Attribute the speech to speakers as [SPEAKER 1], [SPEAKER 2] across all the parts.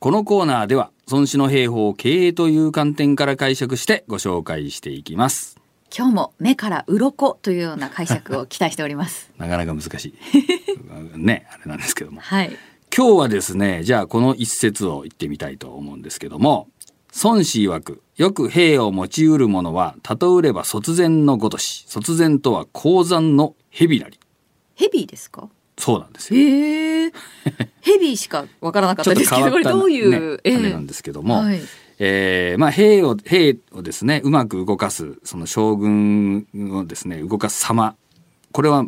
[SPEAKER 1] このコーナーでは孫子の兵法を経営という観点から解釈してご紹介していきます
[SPEAKER 2] 今日も目から鱗というような解釈を期待しております。
[SPEAKER 1] なかなか難しい ねあれなんですけども
[SPEAKER 2] はい。
[SPEAKER 1] 今日はですねじゃあこの一節を言ってみたいと思うんですけども孫子曰くよく兵を用いる者は例えれば卒然のごとし卒然とは鉱山の蛇なり
[SPEAKER 2] ヘビーですか。
[SPEAKER 1] そうなんですよ
[SPEAKER 2] へえ。 ヘビーしかわからなかっ
[SPEAKER 1] ちょ
[SPEAKER 2] た
[SPEAKER 1] っと
[SPEAKER 2] ですけ
[SPEAKER 1] 変わ
[SPEAKER 2] ど、
[SPEAKER 1] っ
[SPEAKER 2] これ
[SPEAKER 1] た
[SPEAKER 2] どういう。
[SPEAKER 1] ね、あれなんですけども、
[SPEAKER 2] はい
[SPEAKER 1] えーまあ兵を兵をですねうまく動かすその将軍をですね動かす様これは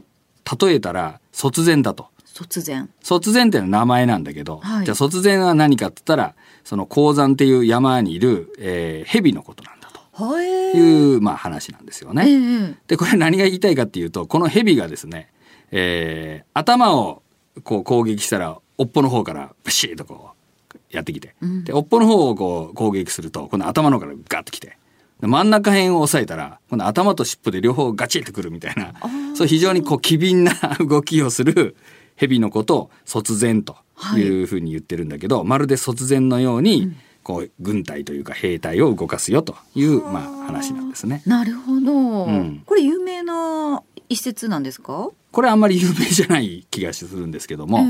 [SPEAKER 1] 例えたら卒然だと
[SPEAKER 2] 突然。
[SPEAKER 1] 卒前っていうのは名前なんだけど、
[SPEAKER 2] はい
[SPEAKER 1] じゃあ卒前は何かって言ったらその鉱山っていう山にいる、えー、蛇のことなんだ
[SPEAKER 2] は
[SPEAKER 1] と
[SPEAKER 2] い。
[SPEAKER 1] いう、まあ、話なんですよ
[SPEAKER 2] え
[SPEAKER 1] ね。
[SPEAKER 2] え
[SPEAKER 1] でこれ何が言いたいかっていうとこの蛇がですね、えー頭をこう攻撃したら尾っぽの方からブシーとこうやってきて、
[SPEAKER 2] うん
[SPEAKER 1] で尾っぽの方をこう攻撃するとこの頭の方からガッときてで真ん中辺を押さえたらこの頭と尻尾で両方ガチッとくるみたいな
[SPEAKER 2] あー
[SPEAKER 1] そう非常にこう機敏な動きをする蛇のことを卒然というふうに言ってるんだけど、まるで卒然のように、こう軍隊というか兵隊を動かすよという、まあ、話なんですね。
[SPEAKER 2] なるほど、
[SPEAKER 1] うん
[SPEAKER 2] これ有名な一節なんですか。
[SPEAKER 1] これあんまり有名じゃない気がするんですけども、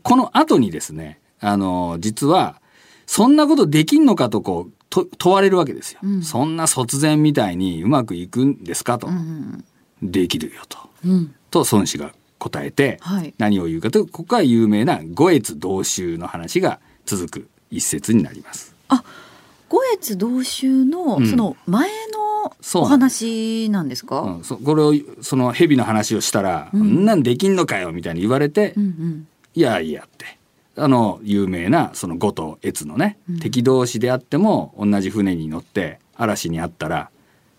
[SPEAKER 1] えーこの後にですね、あの実はそんなことできんのかとこうと問われるわけですよ、
[SPEAKER 2] うん
[SPEAKER 1] そんな卒前みたいにうまくいくんですかと、
[SPEAKER 2] えうん
[SPEAKER 1] できるよと
[SPEAKER 2] うん。うん。
[SPEAKER 1] と孫子が答えて、
[SPEAKER 2] はい。
[SPEAKER 1] 何を言うかというとここは有名な五越同州の話が続く一節になります。
[SPEAKER 2] 五越同州の、
[SPEAKER 1] うん
[SPEAKER 2] その前の
[SPEAKER 1] そう
[SPEAKER 2] お話なんですか。
[SPEAKER 1] うん、そこれをその蛇の話をしたら「
[SPEAKER 2] うん
[SPEAKER 1] ん、なんできんのかよ」みたいに言われて
[SPEAKER 2] うんうん。
[SPEAKER 1] いやいやって。あの、有名な、その、五と越のね、
[SPEAKER 2] うん
[SPEAKER 1] 敵同士であっても、同じ船に乗って、嵐にあったら、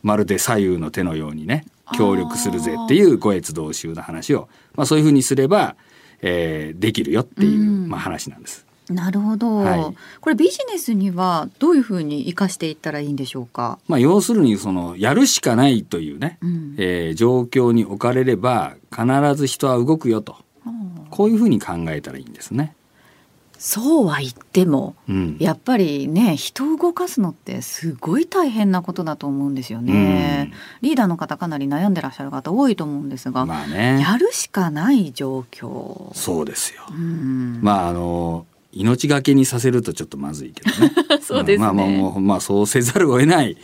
[SPEAKER 1] まるで左右の手のようにね、協力するぜっていう五越同州の話を、まあ、そういうふうにすれば、えーできるよっていう、
[SPEAKER 2] うん
[SPEAKER 1] まあ、話なんです。
[SPEAKER 2] なるほど、
[SPEAKER 1] はい
[SPEAKER 2] これビジネスにはどういうふうに生かしていったらいいんでしょうか。
[SPEAKER 1] まあ、要するに、その、やるしかないというね、
[SPEAKER 2] うん。
[SPEAKER 1] えー状況に置かれれば、必ず人は動くよと、
[SPEAKER 2] ああ
[SPEAKER 1] こういうふうに考えたらいいんですね。
[SPEAKER 2] そうは言っても、
[SPEAKER 1] うん。
[SPEAKER 2] やっぱりね、人を動かすのってすごい大変なことだと思うんですよね。リーダーの方かなり悩んでらっしゃる方多いと思うんですが、
[SPEAKER 1] まあね。
[SPEAKER 2] やるしかない状況。
[SPEAKER 1] そうですよ。
[SPEAKER 2] うん。
[SPEAKER 1] まああの命がけにさせるとちょっとまずいけどね。
[SPEAKER 2] そうですね。
[SPEAKER 1] まあまあもうまあそうせざるを得ない、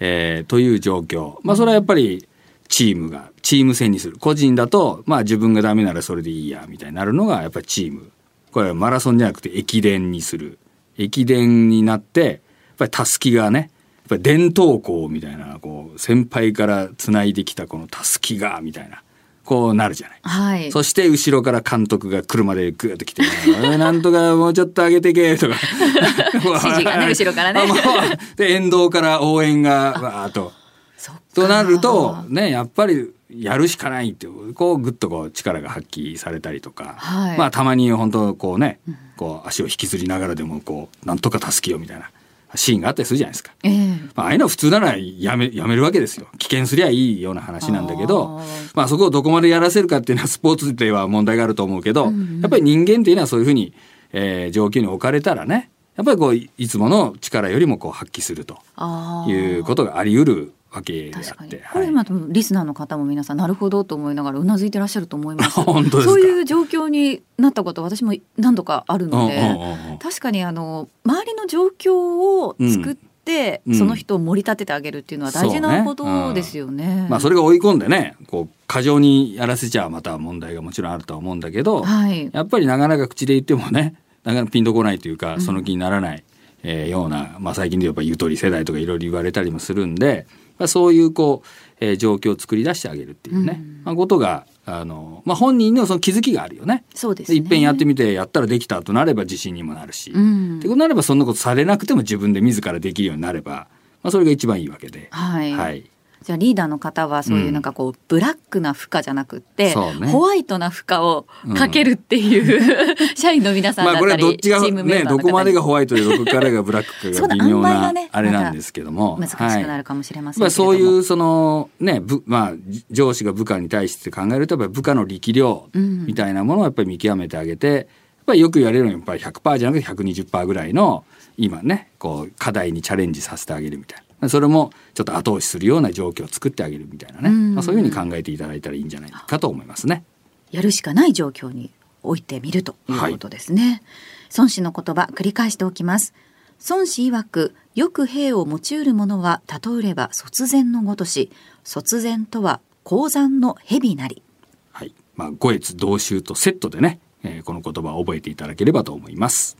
[SPEAKER 1] えーという状況。まあそれはやっぱりチームがチーム戦にする。個人だとまあ自分がダメならそれでいいやみたいになるのがやっぱりチーム。これはマラソンじゃなくて駅伝にする。駅伝になってやっぱりたすきがね。やっぱり伝統校みたいなこう先輩からつないできたこのたすきがみたいなこうなるじゃない。
[SPEAKER 2] はい。
[SPEAKER 1] そして後ろから監督が車でグーッと来て「おいなんとかもうちょっと上げてけ」 とか指
[SPEAKER 2] 示がね後 ろからね
[SPEAKER 1] で沿道から応援がわーっと。
[SPEAKER 2] そっか
[SPEAKER 1] となるとねやっぱりやるしかないっていうこうグッとこう力が発揮されたりとか、
[SPEAKER 2] はい
[SPEAKER 1] まあたまに本当こうねこう足を引きずりながらでもこうなんとか助けようみたいなシーンがあったりするじゃないですか。
[SPEAKER 2] ええ
[SPEAKER 1] まあ、ああいうのは普通ならやめやめるわけですよ。危険すりゃいいような話なんだけど
[SPEAKER 2] あー、
[SPEAKER 1] まあそこをどこまでやらせるかっていうのはスポーツでは問題があると思うけど、
[SPEAKER 2] うんうん
[SPEAKER 1] やっぱり人間っていうのはそういうふうに、えー状況に置かれたらね、やっぱりこういいつもの力よりもこう発揮すると
[SPEAKER 2] ああ。
[SPEAKER 1] いうことがあり得るわけであ
[SPEAKER 2] 確か
[SPEAKER 1] っ
[SPEAKER 2] に
[SPEAKER 1] て。
[SPEAKER 2] これ
[SPEAKER 1] はい
[SPEAKER 2] 今多分リスナーの方も皆さんなるほどと思いながらうなずいてらっしゃると思います。
[SPEAKER 1] 本当ですか
[SPEAKER 2] そういう状況になったこと私も何度かある
[SPEAKER 1] うんう
[SPEAKER 2] の
[SPEAKER 1] ん
[SPEAKER 2] で、
[SPEAKER 1] うんうん
[SPEAKER 2] 確かにあの周りの状況を作って、
[SPEAKER 1] うん
[SPEAKER 2] その人を盛り立ててあげるっていうのは大
[SPEAKER 1] そ
[SPEAKER 2] 事
[SPEAKER 1] うね
[SPEAKER 2] なことですよね。
[SPEAKER 1] まあそれが追い込んでね、こう過剰にやらせちゃまた問題がもちろんあるとは思うんだけど、
[SPEAKER 2] はい。
[SPEAKER 1] やっぱりなかなか口で言ってもね、なかなかピンとこないというか、
[SPEAKER 2] ん
[SPEAKER 1] その気にならない、えーような、まあ最近で言えばゆとり世代とかいろいろ言われたりもするんで、まあ、そういうこう、えー状況を作り出してあげるっていうね、
[SPEAKER 2] うん
[SPEAKER 1] まあ、ことが、あの、まあ本人のその気づきがあるよね。
[SPEAKER 2] そうです
[SPEAKER 1] で
[SPEAKER 2] ね。
[SPEAKER 1] いっぺんやってみて、やったらできたとなれば自信にもなるし、
[SPEAKER 2] う
[SPEAKER 1] って
[SPEAKER 2] ん
[SPEAKER 1] こと。になればそんなことされなくても自分で自らできるようになれば、まあそれが一番いいわけで。
[SPEAKER 2] はい。
[SPEAKER 1] はい。
[SPEAKER 2] じゃあリーダーの方はそういううんなんかこう、ブラックな負荷じゃなくって、
[SPEAKER 1] そうね
[SPEAKER 2] ホワイトな負荷をかけるっていう、 社員の皆さんだ
[SPEAKER 1] ま
[SPEAKER 2] っ
[SPEAKER 1] あこ
[SPEAKER 2] たり、
[SPEAKER 1] れはどっちが
[SPEAKER 2] チームメ
[SPEAKER 1] ね、
[SPEAKER 2] イトの
[SPEAKER 1] ど
[SPEAKER 2] 方
[SPEAKER 1] こまで
[SPEAKER 2] に
[SPEAKER 1] がホワイトでどこからがブラック
[SPEAKER 2] そう
[SPEAKER 1] か
[SPEAKER 2] だ
[SPEAKER 1] が微妙
[SPEAKER 2] 塩梅
[SPEAKER 1] な
[SPEAKER 2] がね
[SPEAKER 1] あれなんですけども。
[SPEAKER 2] 難しくな
[SPEAKER 1] はい
[SPEAKER 2] るかもしれませんけ
[SPEAKER 1] まあ、
[SPEAKER 2] れども、
[SPEAKER 1] そういうそのねぶ、まあ、じ上司が部下に対して考えるとやっぱり部下の力量
[SPEAKER 2] うん
[SPEAKER 1] みたいなものをやっぱり見極めてあげて、やっぱりよく言われるのはやっぱり100%じゃなくて120%ぐらいの今ねこう課題にチャレンジさせてあげるみたいなそれもちょっと後押しするような状況を作ってあげるみたいなね、
[SPEAKER 2] うん
[SPEAKER 1] まあ、そういうふうに考えていただいたらいいんじゃないかと思いますね。
[SPEAKER 2] やるしかない状況に置いてみるということですね、孫子の言葉繰り返しておきます孫子曰くよく兵を用いる者は例えれば卒然のごとし卒然とは鉱山の蛇なり
[SPEAKER 1] はいまあ、五越同州とセットでね、えーこの言葉を覚えていただければと思います。